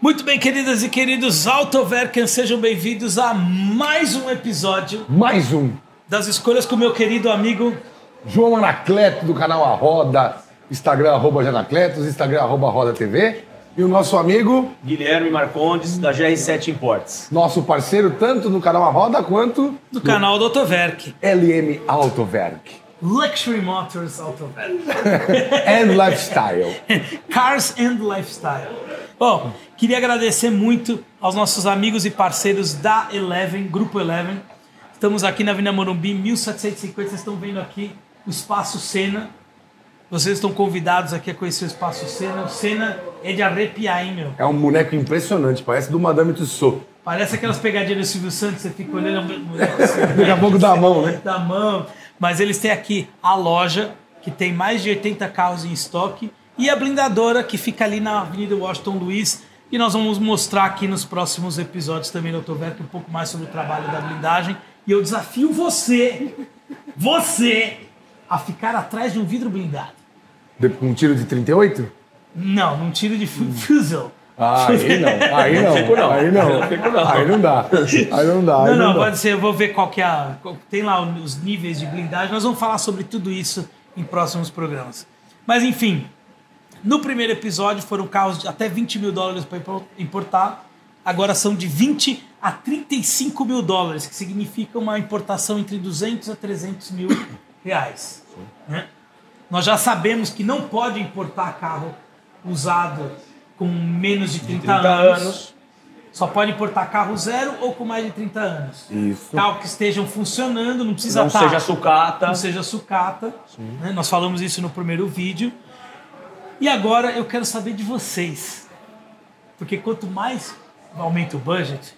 Muito bem, queridas e queridos Autoverkens, sejam bem-vindos a mais um episódio Mais um. das escolhas com meu querido amigo. João Anacleto, do canal A Roda, Instagram, arroba Janacletos, Instagram, arroba Roda TV. E o nosso amigo, Guilherme Marcondes, da GR7 Imports. nosso parceiro, tanto no canal A Roda quanto Do canal do Autoverk, LM Autoverk. Luxury Motors Autoverk, And Lifestyle. Cars and Lifestyle. Bom, queria agradecer muito aos nossos amigos e parceiros da Eleven, Grupo Eleven. Estamos aqui na Avenida Morumbi, 1750, vocês estão vendo aqui o Espaço Sena. Vocês estão convidados aqui a conhecer o Espaço Sena. O Sena é de arrepiar, hein, meu? É um boneco impressionante, parece do Madame Tussauds. Parece aquelas pegadinhas do Silvio Santos, você fica olhando a mulher assim, Daqui a pouco dá a mão, né? da mão. Mas eles têm aqui a loja, que tem mais de 80 carros em estoque, e a blindadora, que fica ali na Avenida Washington Luiz. E nós vamos mostrar aqui nos próximos episódios também do Autoverk um pouco mais sobre o trabalho da blindagem. E eu desafio você, você, a ficar atrás de um vidro blindado. De- Com um tiro de 38? Não, não tiro de Hum. fu- fuzil. Ah, aí não, aí não, Fico não. aí não, Fico não. aí não dá, aí não dá. Não, aí não, dá. pode ser. Eu vou ver qual que é a. qual- Tem lá os níveis de blindagem. Nós vamos falar sobre tudo isso em próximos programas. Mas enfim, no primeiro episódio foram carros de até 20 mil dólares para importar. Agora são de 20 a 35 mil dólares, que significa uma importação entre 200 a 300 mil reais. né? Nós já sabemos que não pode importar carro usado com menos de 30, 30 anos. anos. Só pode importar carro zero ou com mais de 30 anos. Isso. Carro que estejam funcionando, não precisa Não estar- seja sucata. não seja sucata. né? Nós falamos isso no primeiro vídeo. E agora eu quero saber de vocês. Porque quanto mais aumenta o budget,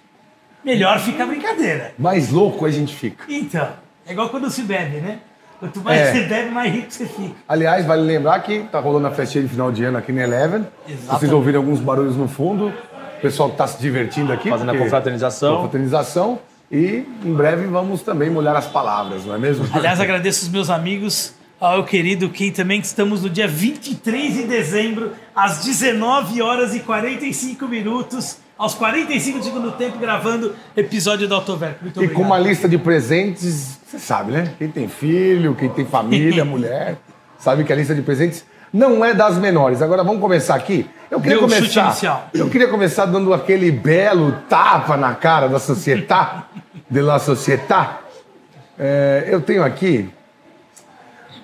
melhor fica a brincadeira. Mais louco a gente fica. Então, é igual quando se bebe, né? Quanto mais É. você bebe, mais rico você fica. Aliás, vale lembrar que tá rolando a festinha de final de ano aqui na Eleven. Exatamente. Vocês ouviram alguns barulhos no fundo. O pessoal que tá se divertindo aqui. Fazendo a porque- confraternização. Confraternização. E em breve vamos também molhar as palavras, não é mesmo? Aliás, agradeço os meus amigos, ao querido Kim também, que estamos no dia 23 de dezembro, às 19 horas e 45 minutos, aos 45 do segundo tempo, gravando episódio do Autoverco. Muito e obrigado. com uma lista de presentes, você sabe, né? Quem tem filho, quem tem família, mulher, sabe que a lista de presentes não é das menores. Agora vamos começar aqui. Eu queria Deu um chute começar. inicial. Eu queria começar dando aquele belo tapa na cara da sociedade, de la sociedade. É, eu tenho aqui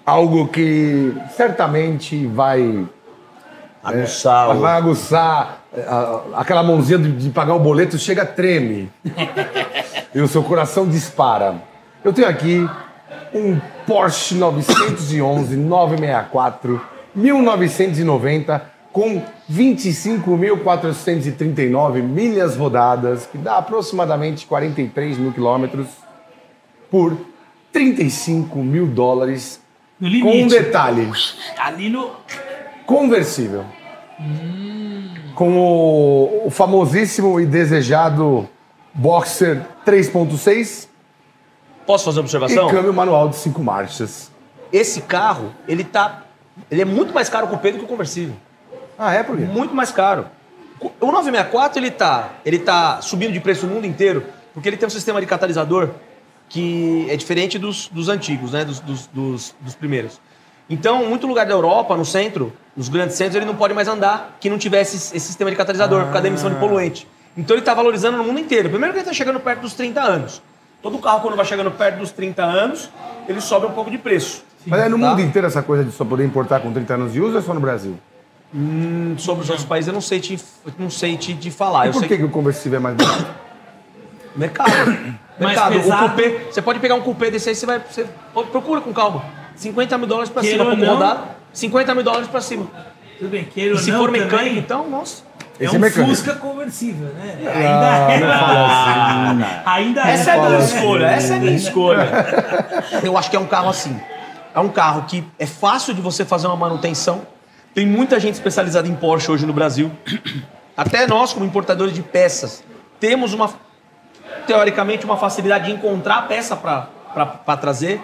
algo que certamente vai É, Aguçar o- Vai aguçar. é, a- Aquela mãozinha de, de pagar o boleto chega, treme. e o seu coração dispara. Eu tenho aqui um Porsche 911 964 1990 com 25.439 milhas rodadas, que dá aproximadamente 43 mil quilômetros, por 35 mil dólares. No Com um limite, detalhe ali no... conversível. Com o, o famosíssimo e desejado Boxer 3.6 Posso fazer uma e observação? câmbio manual de 5 marchas. Esse carro, ele tá. Ele é muito mais caro o cupê do que o conversível. Ah, é por quê? Muito mais caro. O 964, ele tá. Ele tá subindo de preço no mundo inteiro, porque ele tem um sistema de catalisador que é diferente dos, dos antigos, né? Dos, dos, dos- dos primeiros. Então, muito lugar da Europa, no centro, nos grandes centros, ele não pode mais andar que não tivesse esse esse sistema de catalisador, por causa da emissão de Ah. poluente. Então ele está valorizando no mundo inteiro. Primeiro que ele está chegando perto dos 30 anos. Todo carro, quando vai chegando perto dos 30 anos, ele sobe um pouco de preço. Mas é no Tá? mundo inteiro essa coisa de só poder importar com 30 anos de uso ou é só no Brasil? Sobre os outros países, eu não sei te, não sei te, te falar. E Ah, eu por sei que, que o conversível é mais barato? Mercado. Mais Mercado. pesado. O cupê. Você pode pegar um cupê desse aí, você vai. Você pô, procura com calma. 50 mil dólares pra Queira cima, ou como não. rodado. 50 mil dólares pra cima. Tudo bem, queira E ou se não for mecânico, também, então, nossa. é Esse um é mecânico. Fusca conversível, né? Ainda é. Ainda é. Essa é a minha né? escolha, essa é a minha escolha. Eu acho que é um carro assim. É um carro que é fácil de você fazer uma manutenção. Tem muita gente especializada em Porsche hoje no Brasil. Até nós, como importadores de peças, temos uma teoricamente uma facilidade de encontrar a peça para trazer.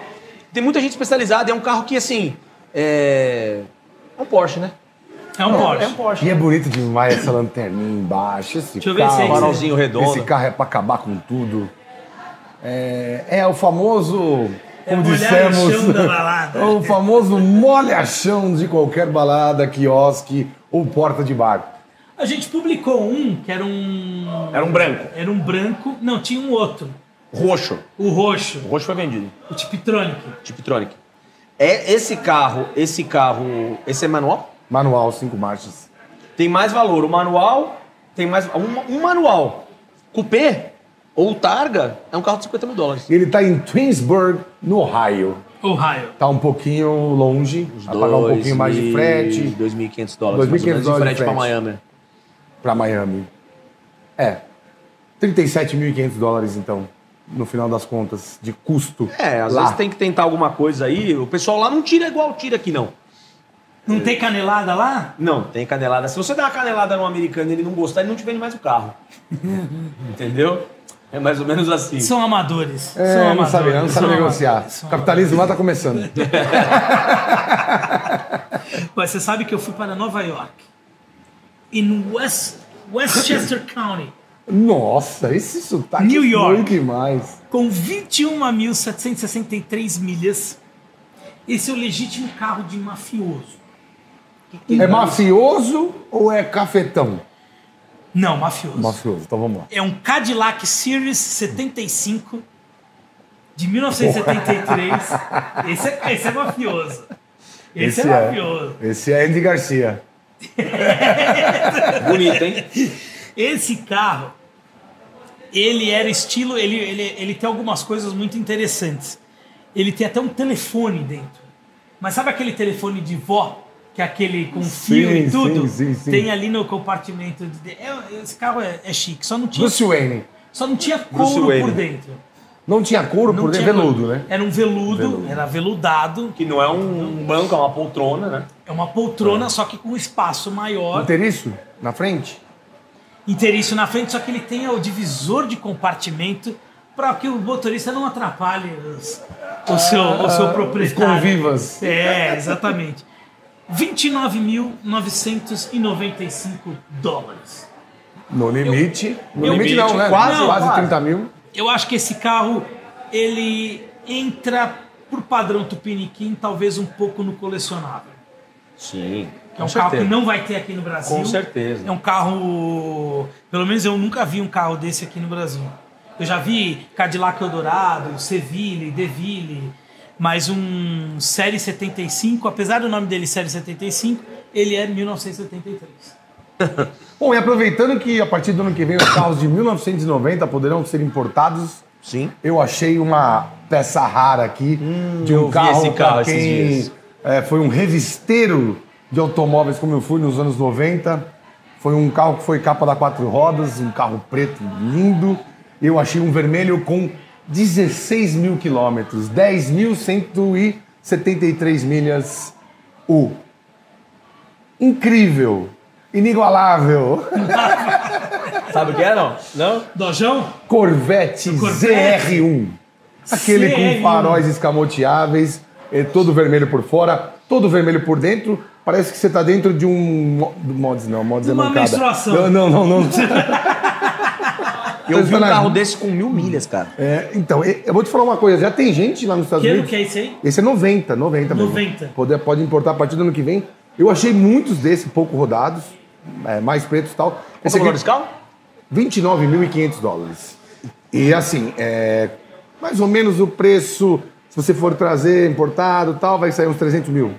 Tem muita gente especializada, é um carro que assim, é, é um Porsche, né? É um Porsche. É um Porsche. E é bonito demais essa lanterninha embaixo. Esse Deixa eu ver carro, se é isso aí. Farolzinho redondo. Esse carro é pra acabar com tudo. É, é o famoso. Como É molhar o dissemos. chão da balada. é o famoso molha-chão de qualquer balada, quiosque ou porta de bar. A gente publicou um que era um. Era um branco. Era um branco. Não, tinha um outro. Roxo. O roxo. O roxo foi vendido. O Tiptronic. Tiptronic. É esse carro, esse carro, esse é manual? Manual, cinco marchas. Tem mais valor. O manual tem mais. Um, um manual. Coupé ou targa é um carro de 50 mil dólares. E ele tá em Twinsburg, no Ohio. Ohio. Tá um pouquinho longe, vai pagar um pouquinho mais de 2.500 frete dólares. 2.500 2.500 dólares. dólares frete de pra frete. Miami. pra Miami. É. 37.500 dólares, então, no final das contas, de custo. É, às lá. vezes tem que tentar alguma coisa aí. O pessoal lá não tira igual tira aqui, não. Não tem canelada lá? Não, tem canelada. Se você dá uma canelada no americano e ele não gostar, ele não te vende mais o carro. Entendeu? É mais ou menos assim. São amadores. É, são não amadores. sabe, não sabe são negociar. amadores, são O capitalismo lá tá começando. amadores. Mas você sabe que eu fui para Nova York. Em West, Westchester County. Nossa, esse sotaque New York. foi demais. Com 21.763 milhas. Esse é o legítimo carro de mafioso. É mafioso ou é cafetão? Não, mafioso. Mafioso, então vamos lá. É um Cadillac Series 75 de 1973. esse, é, esse é mafioso. Esse, é mafioso. Esse é Andy Garcia. Bonito, hein? Esse carro, ele era estilo. Ele, ele, ele tem algumas coisas muito interessantes. Ele tem até um telefone dentro. Mas sabe aquele telefone de vó? Que é aquele com fio Sim, e tudo? sim, sim, sim. Tem ali no compartimento. de- é- esse carro é, é chique. Só não tinha, Bruce Wayne. só não tinha Bruce couro Wayne. por dentro. Não tinha couro Não por tinha dentro, veludo, cor- né? Era um veludo, Veludo. era veludado, Que não é um banco, é uma poltrona, né? é uma poltrona, só que com um espaço maior. Inteiriço na frente? Inteiriço na frente, só que ele tem o divisor de compartimento para que o motorista não atrapalhe os- o, seu, o seu proprietário. convivas. É, exatamente. 29.995 dólares. No limite. no eu- limite, não, né? quase, quase quase. 30 mil. Eu acho que esse carro ele entra por padrão Tupiniquim, talvez um pouco no colecionável. Sim. É um carro que não vai ter aqui no Brasil. Com certeza. É um carro. Pelo menos eu nunca vi um carro desse aqui no Brasil. Eu já vi Cadillac Eldorado, Seville, Deville, mas um Série 75, apesar do nome dele Série 75, ele é 1973. Bom, e aproveitando que a partir do ano que vem os carros de 1990 poderão ser importados, Sim. Hum, eu achei uma peça rara aqui de eu um vi carro esse pra carro esses quem dias. é, foi um revisteiro de automóveis como eu fui nos anos 90. Foi um carro que foi capa da quatro rodas, um carro preto lindo. Eu achei um vermelho com 16 mil quilômetros, 10.173 milhas. O incrível, inigualável. Sabe o que é, não? Não? Dojão? Corvette Corvette. ZR1. Aquele CR1. com faróis escamoteáveis, é todo vermelho por fora, todo vermelho por dentro. Parece que você tá dentro de um. mo- do Mods não, mods é Uma mancada. menstruação. Não, não, não. não. Eu vi um Tá na- carro desse com mil milhas, cara. É, então, e- eu vou te falar uma coisa: já tem gente lá nos Estados Que ano Unidos. que é esse aí? Esse é 90, 90 mesmo. 90. Pode, pode importar a partir do ano que vem. Eu achei muitos desses pouco rodados, é, mais pretos e tal. Esse Esse é o aqui- valor desse carro? 29.500 dólares. E assim, é mais ou menos o preço, se você for trazer importado e tal, vai sair uns 300 mil.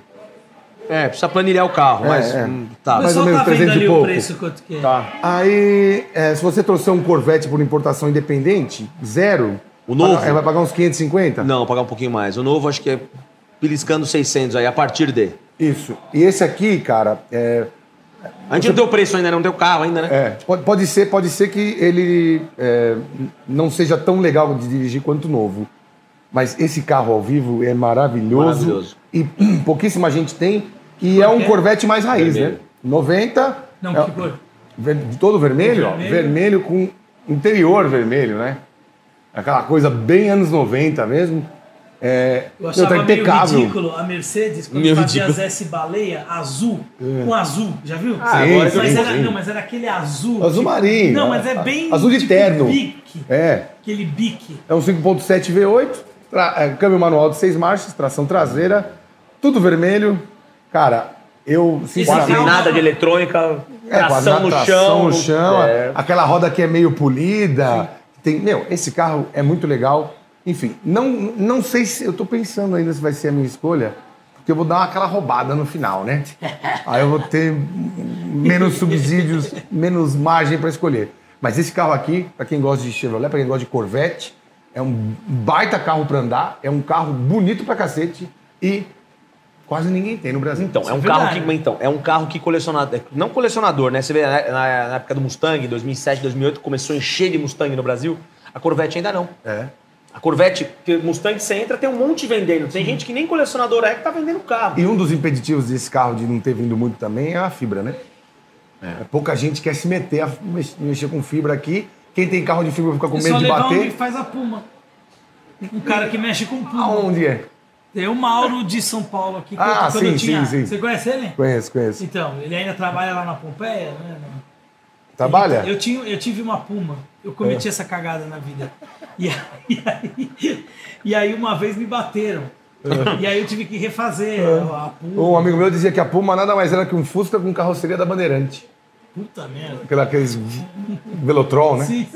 É, precisa planilhar o carro, É, mas. é. hum, O Tá. Mas- mais pessoal ou menos tá vendo 300 e ali o pouco. preço quanto que é. tá. Aí, é, se você trouxer um Corvette por importação independente, zero. O novo? paga- é, vai pagar uns 550? Não, pagar um pouquinho mais. O novo acho que é beliscando 600 aí, a partir de. Isso. E esse aqui, cara, é, A gente não deu preço ainda, não deu carro ainda, né? É, pode, pode ser, pode ser que ele é, não seja tão legal de dirigir quanto o novo. Mas esse carro ao vivo é maravilhoso. Maravilhoso. E hum, pouquíssima gente tem. E é um Vermelho. Corvette mais raiz, Vermelho. né? 90. Não, é, que cor? ver- Todo vermelho, ó. Vermelho. Vermelho com interior vermelho, né? Aquela coisa bem anos 90 mesmo. É, Eu não, achava tá meio impecável. ridículo a Mercedes quando Meio fazia ridículo. as S baleia azul com azul, já viu? É. Ah, Sim, agora mas sim, era, sim. não, mas era aquele azul. Azul marinho, Não, mas é a- bem. azul de terno. Bique, É, aquele bique. é um 5.7 V8, tra- é, câmbio manual de seis marchas, tração traseira, tudo vermelho. Cara, eu Esse sinceramente. carro- Nada de eletrônica, É, com a tração no natação chão. no chão, É. aquela roda que é meio polida. Tem, meu, esse carro é muito legal. Enfim, não, não sei se. Eu tô pensando ainda se vai ser a minha escolha, porque eu vou dar aquela roubada no final, né? Aí eu vou ter menos subsídios, menos margem para escolher. Mas esse carro aqui, para quem gosta de Chevrolet, para quem gosta de Corvette, é um baita carro para andar, é um carro bonito pra cacete e quase ninguém tem no Brasil. Então, é um é carro verdade. que. Então, é um carro que colecionador. Não colecionador, né? Você vê né, na, na época do Mustang, 2007, 2008, começou a encher de Mustang no Brasil. A Corvette ainda não. É. A Corvette, porque Mustang você entra, tem um monte vendendo. Tem gente que nem colecionador é que tá vendendo carro. E um dos impeditivos desse carro de não ter vindo muito também é a fibra, né? Pouca gente quer se meter, a mex- mexer com fibra aqui. Quem tem carro de fibra fica com É só medo de levar um que bater. faz a puma. Um cara que mexe com puma. Aonde é? Tem o Mauro de São Paulo aqui. que Ah, eu- quando eu sim, tinha- sim, sim. Você conhece ele? Conheço, conheço. Então, ele ainda trabalha lá na Pompeia, né? Trabalha? Eu, tinha, eu tive uma puma. Eu É. cometi essa cagada na vida. E aí, e aí, e aí uma vez me bateram. É. E aí eu tive que refazer a a puma. Um amigo meu dizia que a Puma nada mais era que um Fusca com carroceria da Bandeirante. Puta merda. Aquela- Aqueles Velotron, né? Sim.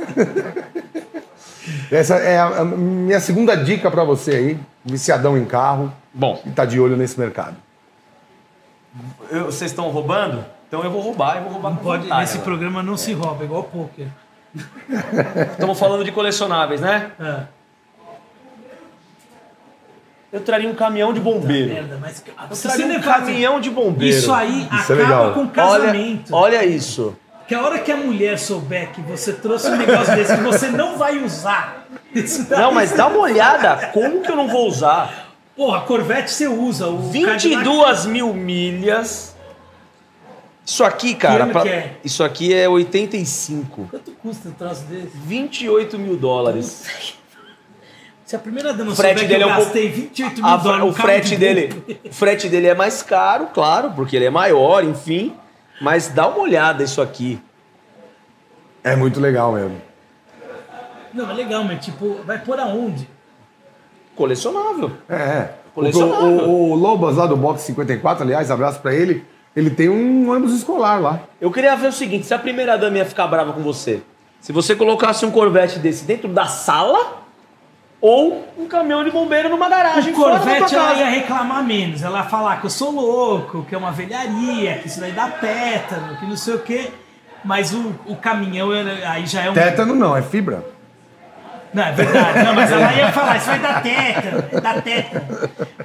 Essa é a a minha segunda dica pra você aí, viciadão em carro Bom, e tá de olho nesse mercado. eu- vocês estão roubando? Então eu vou roubar, Tá, eu vou roubar com Pode, vontade nesse agora. programa não se rouba, é igual pôquer. Estamos falando de colecionáveis, né? É. Eu traria um caminhão de bombeiro. Merda, mas se Eu você traria um levar caminhão um de bombeiro. isso aí Isso é acaba legal. com o Olha, casamento. olha isso. Que a hora que a mulher souber que você trouxe um negócio desse que você não vai usar, isso daí, Não, mas dá uma olhada. Como que eu não vou usar? Porra, a Corvette você usa. O Cadillac- 22 mil milhas. Isso aqui, cara. ano pra- que é? Isso aqui é 85. Quanto custa um troço desse? 28 mil dólares. Se a primeira dama O frete souber que dele eu é um pouco- gastei 28 mil A- dólares o no um carro frete de dele, o frete dele é mais caro, claro, porque ele é maior, enfim. Mas dá uma olhada isso aqui. É muito legal mesmo. Não, é legal, mas tipo, vai pôr aonde? Colecionável. É. O, Colecionável. o, o Lobas lá do Box 54, aliás, abraço pra ele. Ele tem um ônibus escolar lá. Eu queria ver o seguinte: se a primeira dama ia ficar brava com você, se você colocasse um Corvette desse dentro da sala ou um caminhão de bombeiro numa garagem O fora da tua Corvette é ela ia casa. reclamar menos. Ela ia falar que eu sou louco, que é uma velharia, que isso daí dá tétano, que não sei o quê. Mas o, o caminhão ele- aí já é um. Tétano não, é fibra. Não, é verdade. Não, mas ela ia falar, isso vai dar tétano, dá tétano.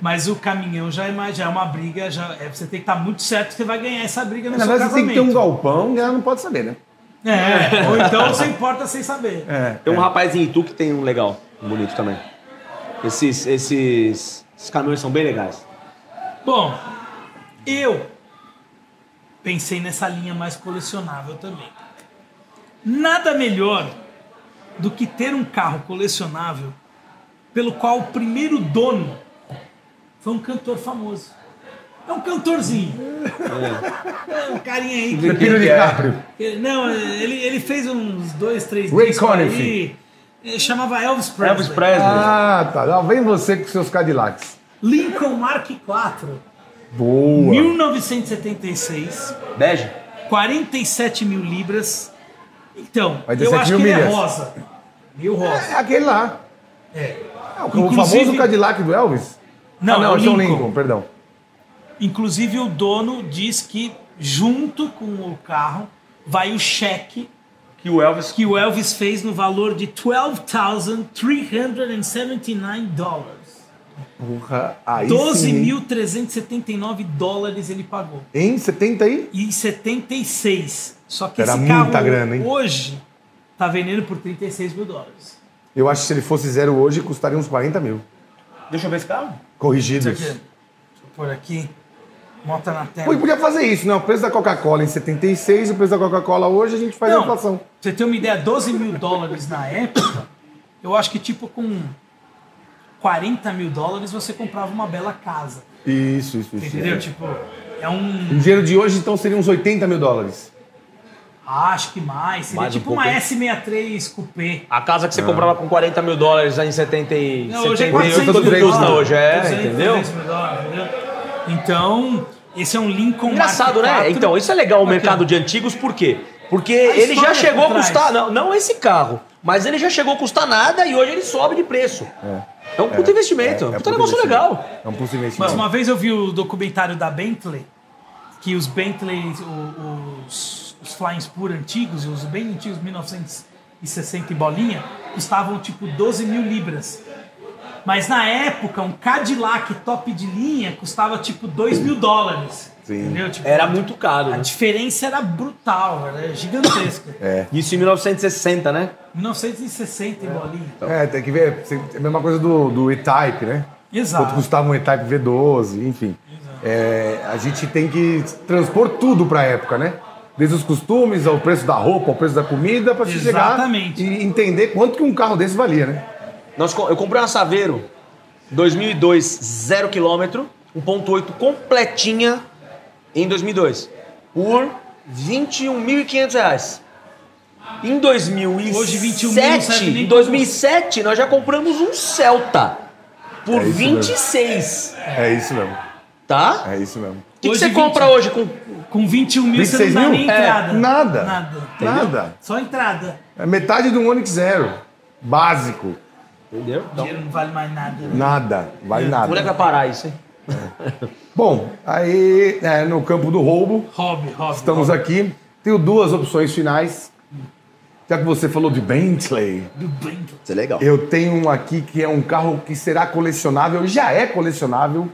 Mas o caminhão já é, mais, já é uma briga, já, é, você tem que estar muito certo que você vai ganhar essa briga no Na seu verdade, você tem que ter um é casamento. galpão e ela não pode saber, né? É, ou então você importa sem saber. É. Tem um rapaz em Itu que tem um legal, um bonito também. Esses, esses, esses caminhões são bem legais. Bom, eu pensei nessa linha mais colecionável também. Nada melhor do que ter um carro colecionável pelo qual o primeiro dono foi um cantor famoso. É um cantorzinho. É, um carinha aí que é Pepino de Caprio. ele- Não, ele, ele fez uns dois, três Ray discos Conniff. aí. Eh, Chamava Elvis Presley. Elvis Presley. Ah, tá. Lá vem você com seus Cadillacs. Lincoln Mark IV. Boa. 1976. Bege? 47 mil libras. Então, 47 eu acho mil que ele é milhas. rosa. Meio É rosa. aquele lá. É. É o o Inclusive- famoso Cadillac do Elvis? Não, ah, não, é o esse é o Lincoln. Lincoln, perdão. Inclusive, o dono diz que, junto com o carro, vai o cheque Que o Elvis. que o Elvis fez no valor de 12.379 dólares. Porra, aí 12.379 dólares ele pagou. Em 70 aí? E 76. Só que Era esse muita carro grana, hein? hoje tá vendendo por 36 mil dólares. Eu acho que se ele fosse zero hoje, custaria uns 40 mil. Deixa eu ver esse carro. Isso Corrigidos. aqui. Deixa eu pôr aqui. Monta na tela. Pô, podia fazer isso, né? O preço da Coca-Cola em 76, o preço da Coca-Cola hoje, a gente faz a Não, inflação. pra você ter uma ideia, 12 mil dólares na época, eu acho que tipo com 40 mil dólares você comprava uma bela casa. Isso, isso, isso. Entendeu? Tipo, é um. O dinheiro de hoje, então, seria uns 80 mil dólares. Acho que mais. Seria Mais um tipo uma pouco, hein? S63 Coupé. A casa que você comprava com 40 mil dólares aí em 70 e... Não, hoje é 400 quanto mil custa dólares. hoje, é, 200, entendeu? 300 mil dólares, entendeu? Então, esse é um Lincoln Engraçado, Mark né? IV. Então, isso é legal o Aqui, mercado ó. de antigos, por quê? Porque A ele já história chegou a por trás. custar, não, não esse carro, mas ele já chegou a custar nada e hoje ele sobe de preço. É, um puta investimento, é, um puta negócio investimento. legal. É um puta Mas investimento. uma vez eu vi o documentário da Bentley, que os Bentley, o- os, os Flying Spur antigos, os bem antigos, 1960 e bolinha, custavam tipo 12 mil libras. Mas na época, um Cadillac top de linha custava tipo 2 mil dólares. Sim. Entendeu? Tipo, Era muito caro. A né? diferença era brutal, era gigantesca. É. Isso em 1960, né? 1960 e bolinha. É, tem que ver. É a mesma coisa do, do E-Type, né? Quanto Exato. custava um E-Type V12, enfim. É, a gente tem que transpor tudo pra época, né? Desde os costumes, ao preço da roupa, ao preço da comida, pra se chegar Exatamente. e entender quanto que um carro desse valia, né? Nós, co- eu comprei uma Saveiro 2002, zero quilômetro, 1.8 completinha em 2002 por 21.500 reais. Em 2007, Hoje, 21.000 não serve nem em 2007 nós já compramos um Celta por É isso mesmo. 26, É isso mesmo. tá? É isso mesmo. O que, que Hoje, você compra 20. hoje com Com 21 mil você 26 não dá mil? nem É, entrada. nada. Nada. entendeu? Nada. Só entrada. É metade de um Onix Zero. Básico. Entendeu? O dinheiro não vale mais nada. né? Nada. Vale Como é que nada. vai parar isso, hein? Bom, aí é, no campo do roubo, Hobby, hobby. estamos hobby. aqui. Tenho duas opções finais. Já que você falou de Bentley, Do Bentley. Isso é legal. eu tenho um aqui que é um carro que será colecionável, já é colecionável,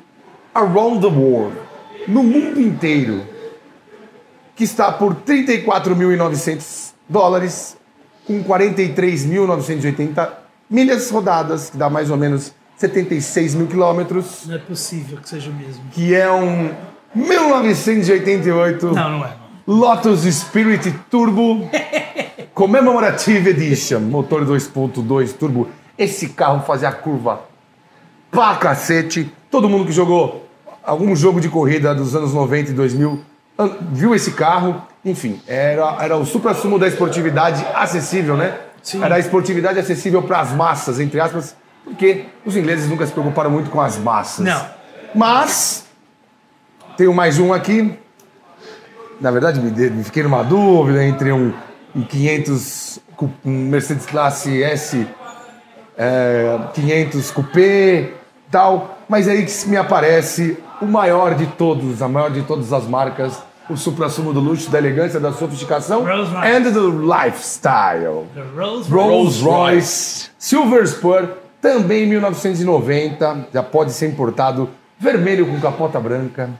around the world, no mundo inteiro, que está por 34.900 dólares, com 43.980 milhas rodadas, que dá mais ou menos 76 mil quilômetros, Não é possível que seja o mesmo. que é um 1988 Não, não é. Não. Lotus Spirit Turbo Commemorative Edition, motor 2.2 turbo. Esse carro fazia a curva pra cacete. Todo mundo que jogou algum jogo de corrida dos anos 90 e 2000 an- viu esse carro. Enfim, era, era o supra-sumo da esportividade acessível, né? Sim. Era a esportividade acessível para as massas, entre aspas, porque os ingleses nunca se preocuparam muito com as massas. Não. Mas, tenho mais um aqui. Na verdade, me, de- me fiquei numa dúvida entre um, um 500, cu- um Mercedes Classe S é, 500 Coupé tal. Mas é aí que me aparece o maior de todos, a maior de todas as marcas, o suprassumo do luxo, da elegância, da sofisticação Rolls-Royce. and do lifestyle. The Rolls Rolls Royce Silver Spur, também 1990, já pode ser importado, vermelho com capota branca.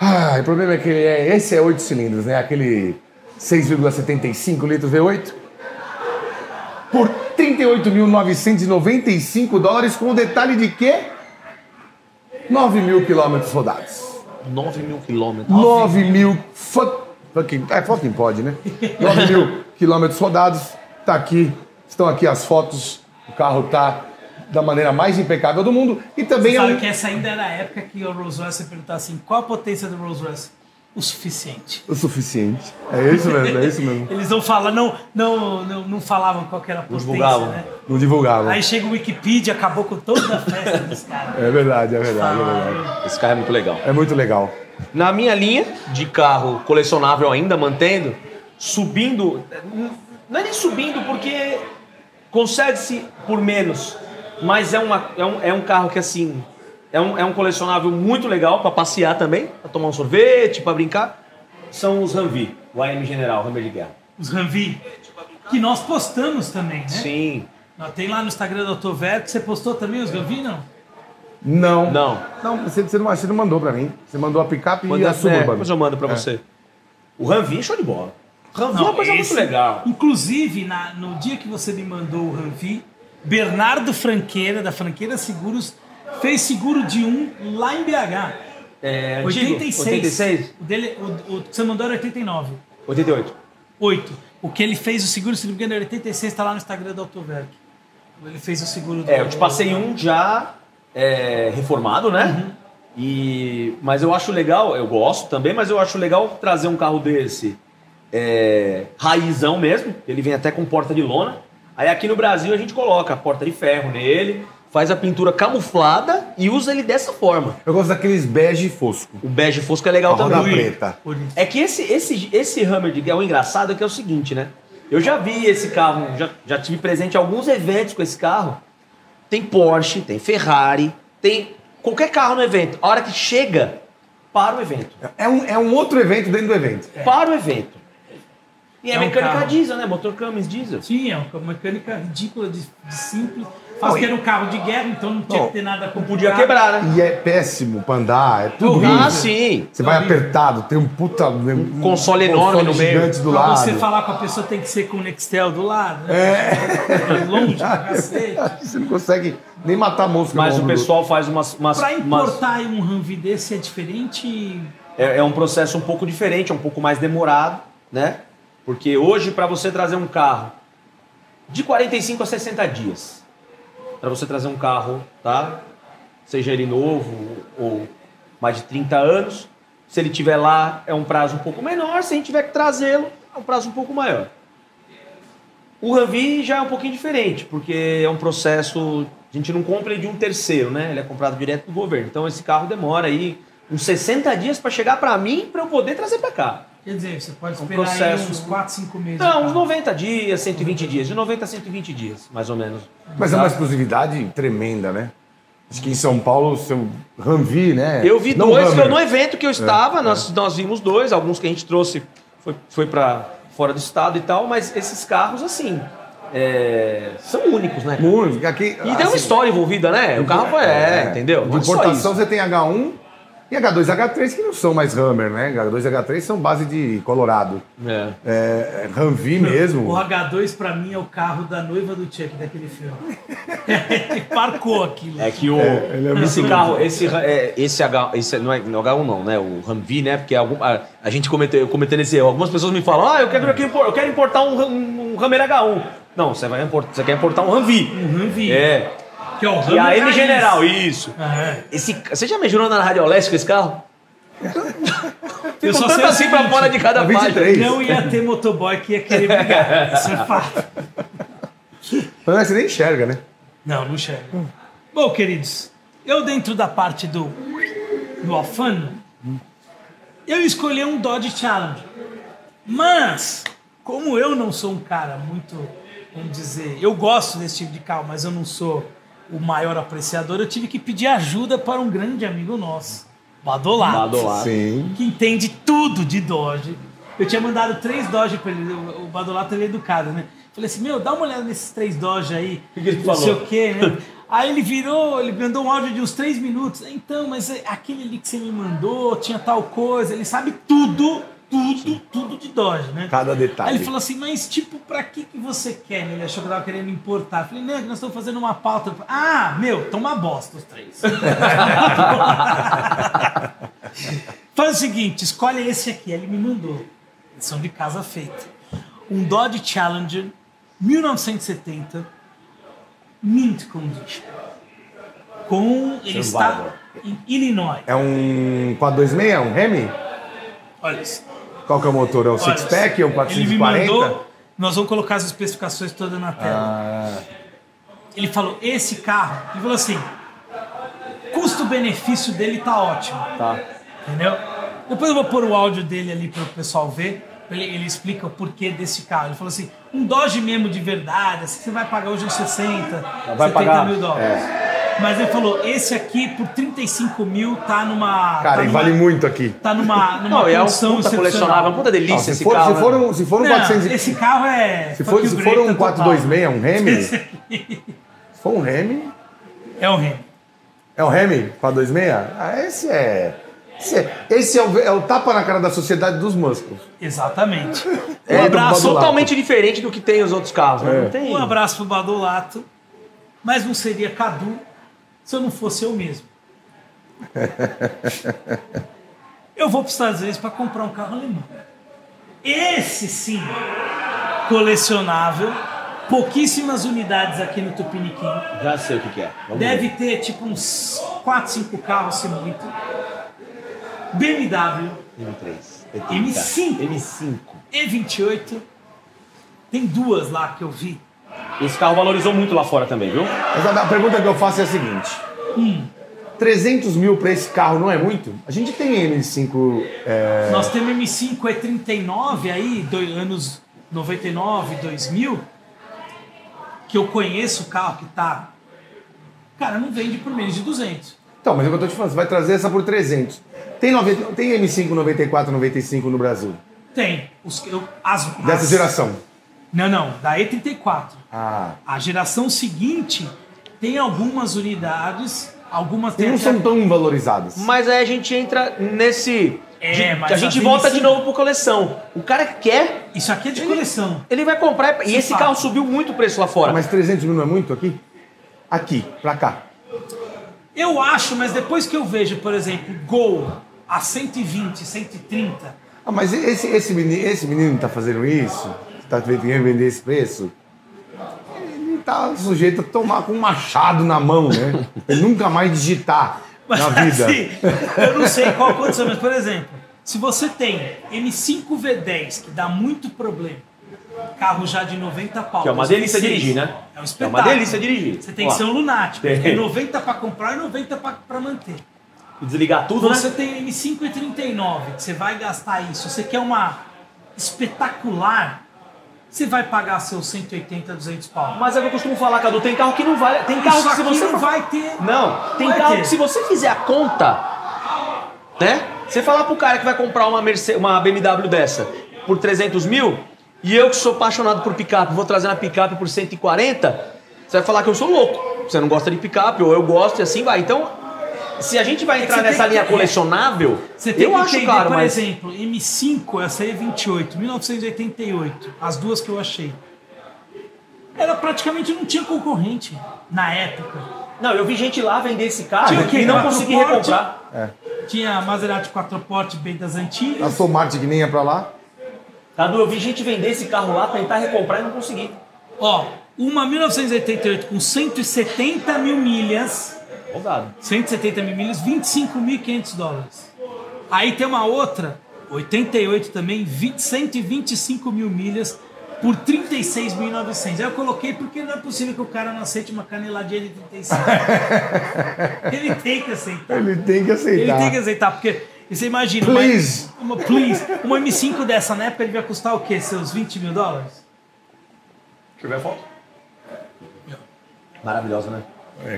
Ah, o problema é que ele é, esse é 8 cilindros, né? Aquele 6,75 litros V8 por 38.995 dólares, com o detalhe de quê? 9 mil quilômetros rodados. 9 mil quilômetros. 9 mil fuck, fucking, é, fucking pode, né? 9 mil quilômetros rodados, tá aqui, estão aqui as fotos, o carro tá da maneira mais impecável do mundo e também é um- Sabe que essa ainda era a época que o Rolls Royce perguntar assim: qual a potência do Rolls Royce? O suficiente. o suficiente. É isso mesmo, é isso mesmo. Eles não falam, não, não, não, não falavam qual que era a potência, divulgavam. né? Não divulgava. Aí chega o Wikipedia, acabou com toda a festa dos caras. É verdade, é verdade, é verdade. Esse carro é muito legal. É muito legal. Na minha linha de carro colecionável ainda, mantendo, subindo, não é nem subindo porque consegue-se por menos, mas é, uma, é, um, é um carro que assim, é um, é um colecionável muito legal para passear também, para tomar um sorvete, para brincar, são os Humvee, o AM General, Humvee de guerra. Os Ranvi, que nós postamos também, né? É? Sim, Não, Tem lá no Instagram do Dr. Vero, que você postou também os Ranvi, não? Não. não. Não, você, você não, você não mandou pra mim. Você mandou a picape e Manda- a é, Suburban. depois eu mando para você. O Humvee, é show de bola. Humvee é uma coisa esse- muito legal. Inclusive, na- no dia que você me mandou o Ranvi, Bernardo Franqueira, da Franqueira Seguros, fez seguro de um lá em BH. É, antigo? 86. 86? O, dele, o, o que você mandou era 89. 88. 8. O que ele fez, o seguro, se não me engano, era 86, tá lá no Instagram do Autoverk. Ele fez o seguro do. É, eu te passei um já é, reformado, né? E, mas eu acho legal, eu gosto também, mas eu acho legal trazer um carro desse é, raizão mesmo. Ele vem até com porta de lona. Aí aqui no Brasil a gente coloca a porta de ferro nele, faz a pintura camuflada e usa ele dessa forma. Eu gosto daqueles bege fosco. O bege fosco é A legal roda também. preta. Bonito. É que esse, esse, esse Hammer de guerra, o engraçado é que é o seguinte, né? Eu já vi esse carro, já, já tive presente em alguns eventos com esse carro. Tem Porsche, tem Ferrari, tem qualquer carro no evento. A hora que chega, para o evento. É um, é um outro evento dentro do evento. Para o evento. E é, É um mecânica carro. diesel, né? Motor Cummins diesel. Sim, é uma mecânica ridícula de, de simples. Não, Faz que e- era um carro de guerra, então não tinha Não, que ter nada Não podia quebrar, né? E é péssimo pra andar, é tudo Ah, rígido. sim. Você vai apertado, tem um puta. Um, console enorme no meio. gigante do Pra lado. você falar com a pessoa tem que ser com o Nextel do lado, né? É. Longe pra cacete. Você não consegue nem matar a mosca. Mas com o ombro. pessoal faz umas. umas, Pra umas- importar aí um Humvee desse é diferente. É, é um processo um pouco diferente, é um pouco mais demorado, né? Porque hoje, para você trazer um carro de 45 a 60 dias, para você trazer um carro, tá? Seja ele novo ou mais de 30 anos, se ele tiver lá, é um prazo um pouco menor, se a gente tiver que trazê-lo, é um prazo um pouco maior. O Ravi já é um pouquinho diferente, porque é um processo. A gente não compra ele de um terceiro, né? Ele é comprado direto do governo. Então esse carro demora aí uns 60 dias para chegar para mim para eu poder trazer para cá. Quer dizer, você pode Um esperar processo- aí uns 4, 5 meses. Não, pra- uns 90 dias, 120 dias. De 90 a 120 dias, mais ou menos. Tá? Mas é uma exclusividade tremenda, né? Acho que em São Paulo, seu Ranvi, né? Eu vi Não É, dois que eu, Hummer. no evento que eu estava, nós, nós vimos dois, alguns que a gente trouxe foi, foi para fora do estado e tal, mas esses carros, assim, é, são únicos, né? Muito. Aqui, assim, E tem uma história envolvida, né? O carro foi, é, entendeu? De Não é só importação isso. você tem H1 e H2 H3, que não são mais Hammer, né? H2 H3 são base de Colorado. É. É, Ranvi O mesmo. H2 pra mim é o carro da noiva do Chuck daquele filme. Ele parcou aquilo. É que o, ele é muito esse lindo. carro, esse, ra- é, esse H, esse não é, não é H1 não, né? O Humvee, né? Porque algum- a, a gente cometeu, eu cometendo esse erro. Algumas pessoas me falam, ah, eu quero, eu quero impor- eu quero importar um, Ram- um, Hummer H1. Não, você, vai importar, você quer importar um Humvee. Um Humvee. É. Que é o E Humvee a M raiz. General, isso. É. Esse, você já me jurou na Rádio Leste com esse carro? Eu Ficou só sei o tanto assim pra seguinte, fora de cada a página. 23. Não ia ter motoboy que ia querer brigar. Isso é fato. Mas Você nem enxerga, né? Não, não chega. Bom, queridos, eu dentro da parte do, do Alfano, eu escolhi um Dodge Challenger. Mas, como eu não sou um cara muito, vamos dizer, eu gosto desse tipo de carro, mas eu não sou o maior apreciador, eu tive que pedir ajuda para um grande amigo nosso, Badolato Badolato. Sim. que entende tudo de Doge. Eu tinha mandado três Doge pra ele, o o Badolato ele é educado, né? Falei assim, meu, dá uma olhada nesses três Doge aí. que ele não sei falou? o quê, né? Aí ele virou, ele mandou um áudio de uns três minutos. Então, mas é- aquele ali que você me mandou tinha tal coisa. Ele sabe tudo, tudo, tudo de Doge, né? Cada Aí detalhe. ele falou assim, mas tipo, pra que, que você quer? Ele achou que eu tava querendo importar. Eu falei, não, é que nós estamos fazendo uma pauta. Ah, meu, então uma bosta os três. Faz o seguinte, escolhe esse aqui. Ele me mandou. Edição de casa feita. Um Dodge Challenger, 1970, mint condition. Com... Ele Survivor. está em Illinois. É um 426, um Remy? Olha isso. Qual que é o motor? É o Olha, six-pack? É o 440? Ele me mandou, nós vamos colocar as especificações todas na tela. Ah, Ele falou, esse carro, ele falou assim, custo-benefício dele tá ótimo, Tá. entendeu? Depois eu vou pôr o áudio dele ali pro pessoal ver, ele, ele explica o porquê desse carro. Ele falou assim, um Dodge mesmo de verdade, assim, você vai pagar hoje uns 60, 70 Vai pagar, mil dólares. Mas ele falou, esse aqui por 35 mil tá numa... cara, tá e numa- vale muito aqui. Tá numa, numa Não, e é um condição puta excepcional. colecionável, uma puta delícia Ah, se, esse for, carro. né? É se for um, se for um né, Não, 400 e- Esse carro é. Se for, fuck se you for um Greta 426, um Remy, se total. for um Remy, É o Remy. é um Remy 426? Ah, esse é... Esse, é, esse é, o, é o tapa na cara da sociedade dos músculos. Um Exatamente. É, Um do abraço Badulato. totalmente diferente do que tem os outros carros. É. né? Não tem. Um abraço pro Badolato, mas não seria Cadu se eu não fosse eu mesmo. eu vou para os Estados Unidos para comprar um carro alemão. Esse sim, colecionável, pouquíssimas unidades aqui no Tupiniquim. Já sei o que, que é. Vamos ver. Deve ter tipo uns 4, 5 carros, se muito. BMW, M3. M5. M5. E28. Tem duas lá que eu vi. Esse carro valorizou muito lá fora também, viu? Mas a a pergunta que eu faço é a seguinte: Hum. 300 mil pra esse carro não é muito? A gente tem M5. é, Nós temos é M5 E39 aí, dois, anos 99, 2000, que eu conheço o carro que tá. Cara, não vende por menos de 200. Então, mas é o que eu tô te falando, você vai trazer essa por 300. Tem, 90, tem M5 94, 95 no Brasil? Tem. Os, que eu, as, Dessa as- geração? Não, não, da E34. Ah. A geração seguinte tem algumas unidades, algumas E tem não até- são tão valorizadas. Mas aí a gente entra nesse. É, de- mas a as gente volta M5 de novo pro coleção. O cara que quer, Isso aqui é de coleção. ele vai comprar. E Sim, esse fato. carro subiu muito o preço lá fora. Mas 300 mil não é muito aqui? Aqui, pra cá. Eu acho, mas depois que eu vejo, por exemplo, Gol a 120, 130, Ah, mas esse, esse, menino, esse menino tá fazendo isso? Tá tentando vender esse preço? Ele tá sujeito a tomar com um machado na mão, né? Ele nunca mais digitar Mas, na vida. assim, eu não sei qual condição, mas, por exemplo, se você tem M5V10, que dá muito problema, carro já de 90 pau. Que é uma delícia 2006, dirigir, né? É um É espetáculo. uma delícia dirigir. Você tem Ó, que ser um lunático. Tem. É 90 para comprar e 90 para manter. Então, Desligar tudo, né? Você tem M5,39, que você vai gastar isso. Você quer uma espetacular, você vai pagar seus 180, 200 pau. Mas é o que eu costumo falar, Cadu. Tem carro que não vale. Tem carro Isso que se aqui você não vai ter. Não, tem Vai carro ter. que se você fizer a conta, né? Você falar pro cara que vai comprar uma, Merce- uma BMW dessa por 300 mil, e eu que sou apaixonado por picape, vou trazer uma picape por 140, você vai falar que eu sou louco. Você não gosta de picape, ou eu gosto, e assim vai. Então, se a gente vai É que entrar você tem nessa que linha ter- colecionável, Você tem eu que acho entender, caro, por mas... exemplo, M5, essa aí é 28, 1988, as duas que eu achei. Ela praticamente não tinha concorrente na época. Não, eu vi gente lá vender esse carro Tinha o quê? e não Quatro consegui porte? recomprar. Tinha a Maserati 4 Porte bem das A antigas. sua Marte que nem é pra lá? Cadu, eu vi gente vender esse carro lá, tentar recomprar e não consegui. Ó, uma 1988 com 170 mil milhas, Rodado. 170 mil milhas, 25.500 dólares. Aí tem uma outra, 88 também, 20, 125 mil milhas por 36.900. Aí eu coloquei porque não é possível que o cara não aceite uma caneladinha de 35. Ele tem que aceitar. Ele tem que Ele aceitar. tem que aceitar, porque você imagina. Please. Uma, uma- please. Uma M5 dessa na época ele vai custar o quê? Seus 20 mil dólares? Deixa eu ver a foto. Maravilhosa, né?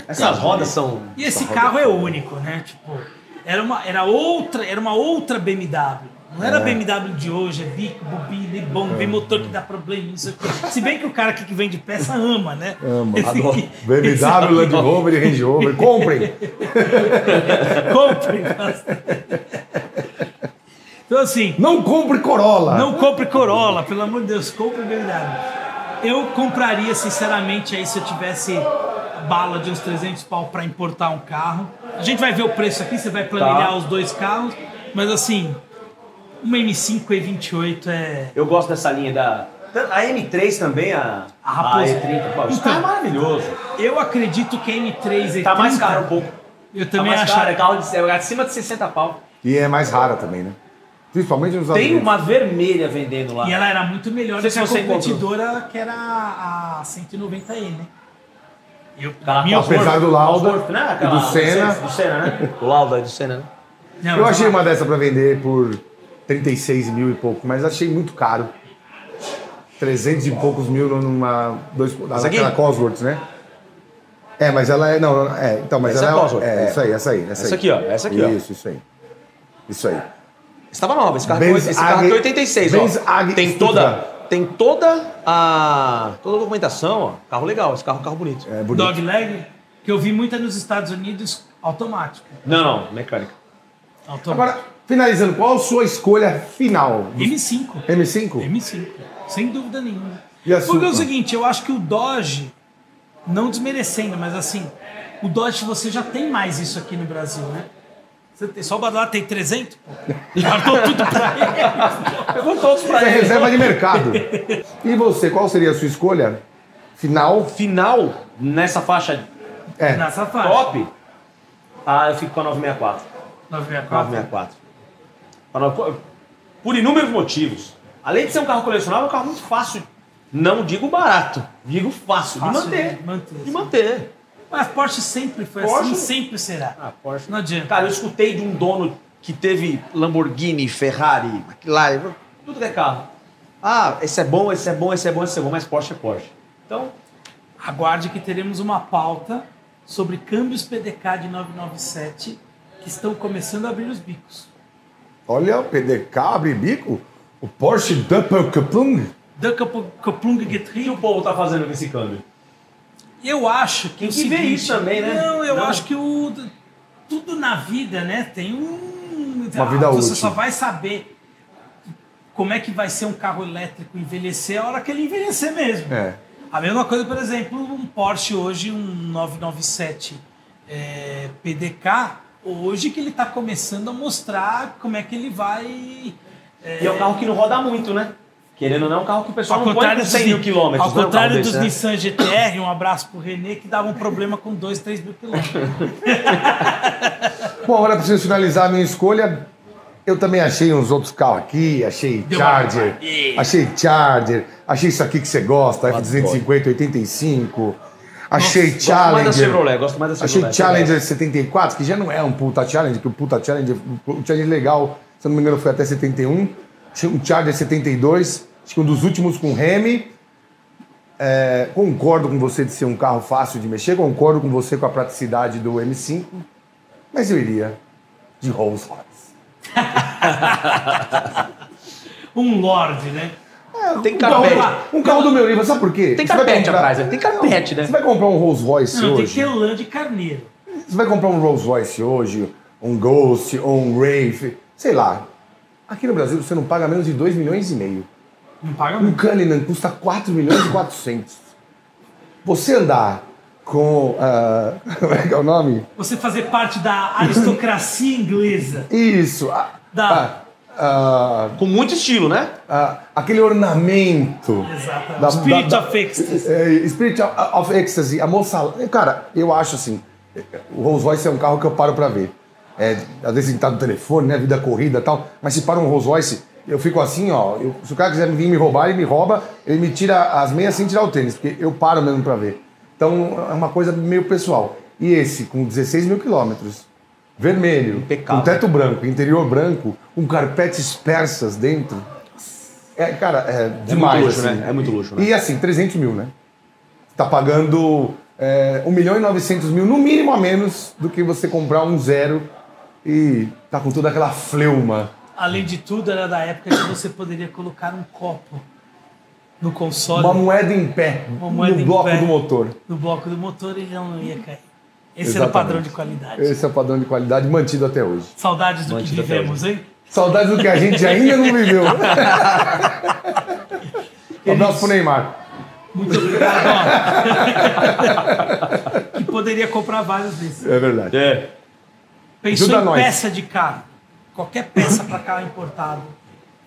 Essas rodas são. E esse carro é único, né? Tipo, era uma, era outra, era uma outra BMW. Não era a BMW de hoje, é bico, bobina, é bom, vem motor que dá problema, não sei o quê. Se bem que o cara aqui que vende peça ama, né? Ama. Esse Adoro. aqui- esse- BMW, Land Rover e Range Rover. Comprem! Compre. Então assim, Não compre Corolla! Não compre Corolla, pelo amor de Deus, compre BMW. Eu compraria, sinceramente, aí se eu tivesse bala de uns 300 pau para importar um carro. A gente vai ver o preço aqui, você vai planilhar Tá. os dois carros, mas assim, uma M5 E28 é. Eu gosto dessa linha da. A M3 também, a. A Raposa. E30. Pô, isso Então. tá maravilhoso. Eu acredito que a M3 E30. Tá mais caro um pouco. Eu Tá também mais acho. caro, é carro de, é acima de 60 pau. E é mais rara também, né? Principalmente nos Estados Tem Unidos. uma vermelha vendendo lá. E ela era muito melhor do Não que sei a se você competidora que era a a 190E, né? Eu, Aquela minha- Cosworth, Apesar É do Lauda Cosworth, né? e Aquela do Senna. Do Senna, né? O Lauda e do Senna, né? Não, Eu mas achei ela- uma dessa pra vender por 36 mil e pouco, mas achei muito caro. 300 e poucos mil numa. Dois, aqui? naquela Cosworth, né? É, mas ela é. Não, não, é. Então, mas Essa é ela Cosworth. é. É. isso aí, essa aí. Essa, Essa aí. aqui, ó, essa aqui, ó. Isso, isso aí. Isso aí. Estava nova, esse carro, Benz foi- esse carro AG foi 86, Benz ó. AG tem Stuttgart. toda, tem toda a toda a documentação, ó. Carro legal, esse carro é um carro bonito. É bonito. Dogleg, que eu vi muito é nos Estados Unidos, automático. Não, não, mecânica. automático. Agora, finalizando, qual a sua escolha final? M5. M5? M5, sem dúvida nenhuma. E a sua? Porque é o seguinte, eu acho que o Dodge, não desmerecendo, mas assim, o Dodge você já tem mais isso aqui no Brasil, né? Você tem, só o Badalá tem 300, pô. Guardou tudo pra ele. Pegou todos pra Essa é ele. reserva de mercado. E você, qual seria a sua escolha? Final, Final, nessa faixa é. Nessa faixa. top, ah, eu fico com a 964. 964. 964. Pra nós- Por inúmeros motivos. Além de ser um carro colecionável, é um carro muito fácil. Não digo barato, digo fácil, Fácil de manter. de manter, De sim. manter. Mas Porsche sempre foi assim, Porsche- sempre será. Ah, Porsche. Não adianta. Cara, eu escutei de um dono que teve Lamborghini, Ferrari, McLaren, tudo que é carro. Ah, esse é bom, esse é bom, esse é bom, esse é bom, mas Porsche é Porsche. Então, Aguarde que teremos uma pauta sobre câmbios PDK de 997 que estão começando a abrir os bicos. Olha o PDK, abre bico. O Porsche Doppelkupplung. Dunkelplung o que Getriebe. o povo tá fazendo com esse câmbio? Eu acho que é Tem o que ver seguinte- isso também, né? Não, eu Não. acho que o tudo na vida, né, tem um Uma vida você útil. só vai saber como é que vai ser um carro elétrico envelhecer a hora que ele envelhecer mesmo. É. A mesma coisa, por exemplo, um Porsche hoje, um 997 eh, PDK, hoje que ele está começando a mostrar como é que ele vai. E é um carro que não roda muito, né? Querendo ou não, é um carro que o pessoal Ao não põe contrário com dos, 100 mil quilômetros. ao né, um contrário carro dos desse, né? Nissan GTR, um abraço pro René, que dava um problema com 2, 3 mil quilômetros. Bom, agora preciso finalizar a minha escolha. Eu também achei uns outros carros aqui, achei Deu Charger, uma- Ih. achei Charger, achei isso aqui que você gosta, F250, 85, achei Gosto mais da Challenger, Chevrolet, gosto mais da Chevrolet. achei é Challenger 74, que já não é um puta Challenger, que o puta Challenger, o Challenger legal, se eu não me engano foi até 71, tinha um Charger 72, acho que um dos últimos com Remy, É, concordo com você de ser um carro fácil de mexer, concordo com você com a praticidade do M5, mas eu iria de Rolls Royce. um Lorde, né? Tem Um carro, carpete. um carro do meu livro, sabe por quê? Tem Você vai carpete atrás, né? Tem carpete, né? Você vai comprar um Rolls Royce Não, tem que hoje? ter lã de carneiro. Você vai comprar um Rolls Royce hoje, um Ghost, ou um Wraith, sei lá. Aqui no Brasil você não paga menos de 2 milhões e meio. Não paga Um muito. Cullinan custa 4 milhões e 400. Você andar com. ah, como é que é o nome? Você fazer parte da aristocracia inglesa. Isso. ah, Dá. ah, ah, Com muito estilo, né? ah, aquele ornamento. Exatamente. Da- Spirit da- of Ecstasy. É, Spirit of, of Ecstasy, a moça. Cara, eu acho assim. O Rolls Royce é um carro que eu paro pra ver. É, às vezes a gente tá no telefone, né? Vida corrida e tal. Mas se para um Rolls Royce, eu fico assim, ó. eu- se o cara quiser vir me roubar, ele me rouba, ele me tira as meias sem tirar o tênis, porque eu paro mesmo pra ver. Então é uma coisa meio pessoal. E esse, com 16 mil quilômetros, vermelho, com Impecável. teto branco, interior branco, com carpetes persas dentro. É, cara, é demais. luxo, assim. né? É muito luxo, né? E assim, 300 mil, né? Você tá pagando é, 1 milhão e 900 mil, no mínimo a menos, do que você comprar um zero e tá com toda aquela fleuma. Além de tudo, era da época que você poderia colocar um copo no console, Uma moeda em pé Uma moeda no em bloco pé. do motor. no bloco do motor, ele não ia cair. Esse era o Exatamente. padrão de qualidade. Esse é o padrão de qualidade mantido até hoje. Saudades do Mantido que até vivemos, hein? Saudades do que a gente ainda não viveu. Um Abraço pro Neymar. Muito obrigado. ó. que poderia comprar vários desses. É verdade. É. Pensou Ajuda em nós. peça de carro. Qualquer peça para carro importado,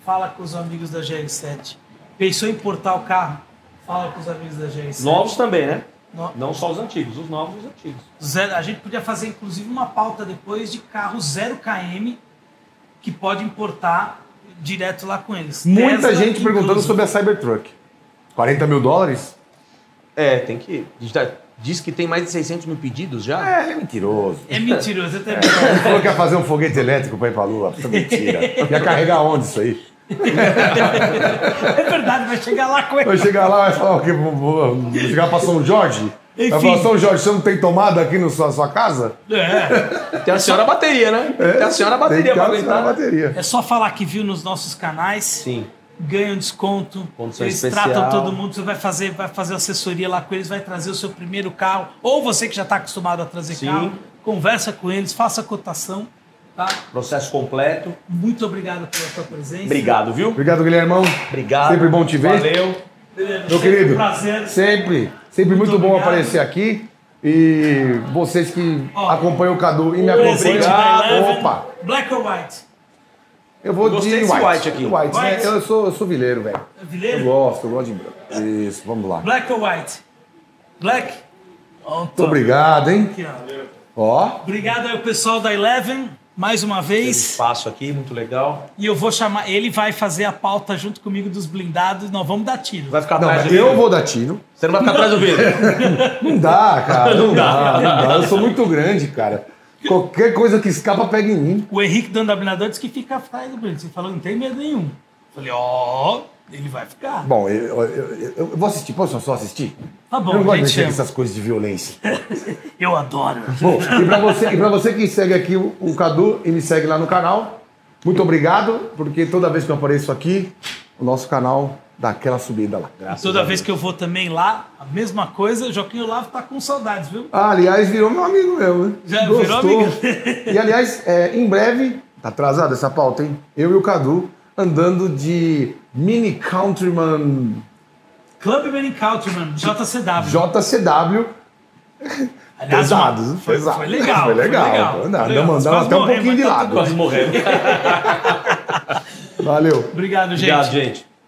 fala com os amigos da GL7. Pensou em importar o carro, fala com os amigos da GL7. Novos também, né? No- Não só os antigos, os novos e os antigos. Zero- a gente podia fazer inclusive uma pauta depois de carro 0 km que pode importar direto lá com eles. Muita Tesla gente perguntando incluso. sobre a Cybertruck. 40 mil dólares? É, tem que. Diz que tem mais de 600 mil pedidos já? É, ele é mentiroso. É mentiroso, até Ele falou que ia fazer um foguete elétrico pra ir pra lua. Puta mentira. Ia carregar onde isso aí? é verdade, vai chegar lá com ele. Vai chegar lá e vai falar que vou- vou vou chegar pra São Jorge. Vai Enfim. falar, São Jorge, você não tem tomada aqui na sua, sua casa? É. Tem a senhora bateria, né? Tem a senhora tem bateria que pra ter uma aguentar. bateria. É só falar que viu nos nossos canais. Sim. Ganha um desconto. Condição eles especial. tratam todo mundo. Você vai fazer, vai fazer assessoria lá com eles, vai trazer o seu primeiro carro. Ou você que já está acostumado a trazer Sim. carro, conversa com eles, faça a cotação. Tá? Processo completo. Muito obrigado pela sua presença. Obrigado, viu? Obrigado, Guilhermão. Obrigado. Sempre bom te ver. Valeu. Meu Sempre querido. Um prazer. Sempre. Sempre muito, Muito bom obrigado. aparecer aqui. E vocês que Ó, acompanham o Cadu e me Um presente acompanham. da Eleven, Opa! Black or White? Eu vou Gostei de desse white. white aqui. White, né? White. Eu sou, eu sou vileiro, velho. Eu Vileiro? gosto, eu gosto de branco. Isso, vamos lá. Black or White? Black? Muito obrigado, hein? Aqui, ó. Ó, Obrigado ao pessoal da Eleven, mais uma vez. Espaço aqui, muito legal. E eu vou chamar. Ele vai fazer a pauta junto comigo dos blindados. Nós vamos dar tiro. Vai ficar não, Tá atrás do eu vidro. vou dar tiro. Você não vai ficar atrás do vidro. Não dá, cara. Não, dá, não dá. Eu sou muito grande, cara. Qualquer coisa que escapa, pega em mim. O Henrique dando a blindadora disse que fica atrás do blindado. Você falou, não tem medo nenhum. Falei, ó, ele vai ficar. Bom, eu, eu- eu- eu vou assistir. Posso só assistir? Tá bom, eu não gosto gente, de mexer com chama. essas coisas de violência. Eu adoro. Bom, e pra você, e pra você que segue aqui o, o Cadu e me segue lá no canal, muito obrigado, porque toda vez que eu apareço aqui, o nosso canal dá aquela subida lá. E toda vez que eu vou também lá, a mesma coisa, o Joaquim Olavo tá com saudades, viu? Ah, aliás, virou meu amigo mesmo, né? Já virou amigo. E aliás, é, em breve, tá atrasada essa pauta, hein? Eu e o Cadu andando de Mini Countryman Club Manning Countryman, JCW. JCW. uma- pesados, né? foi, pesados. foi legal. Foi legal. foi Andamos- legal. andamos Quase até um morremos, pouquinho de mas tá lado. tudo bem. Quase morrendo. Valeu. Obrigado, gente. Obrigado, gente.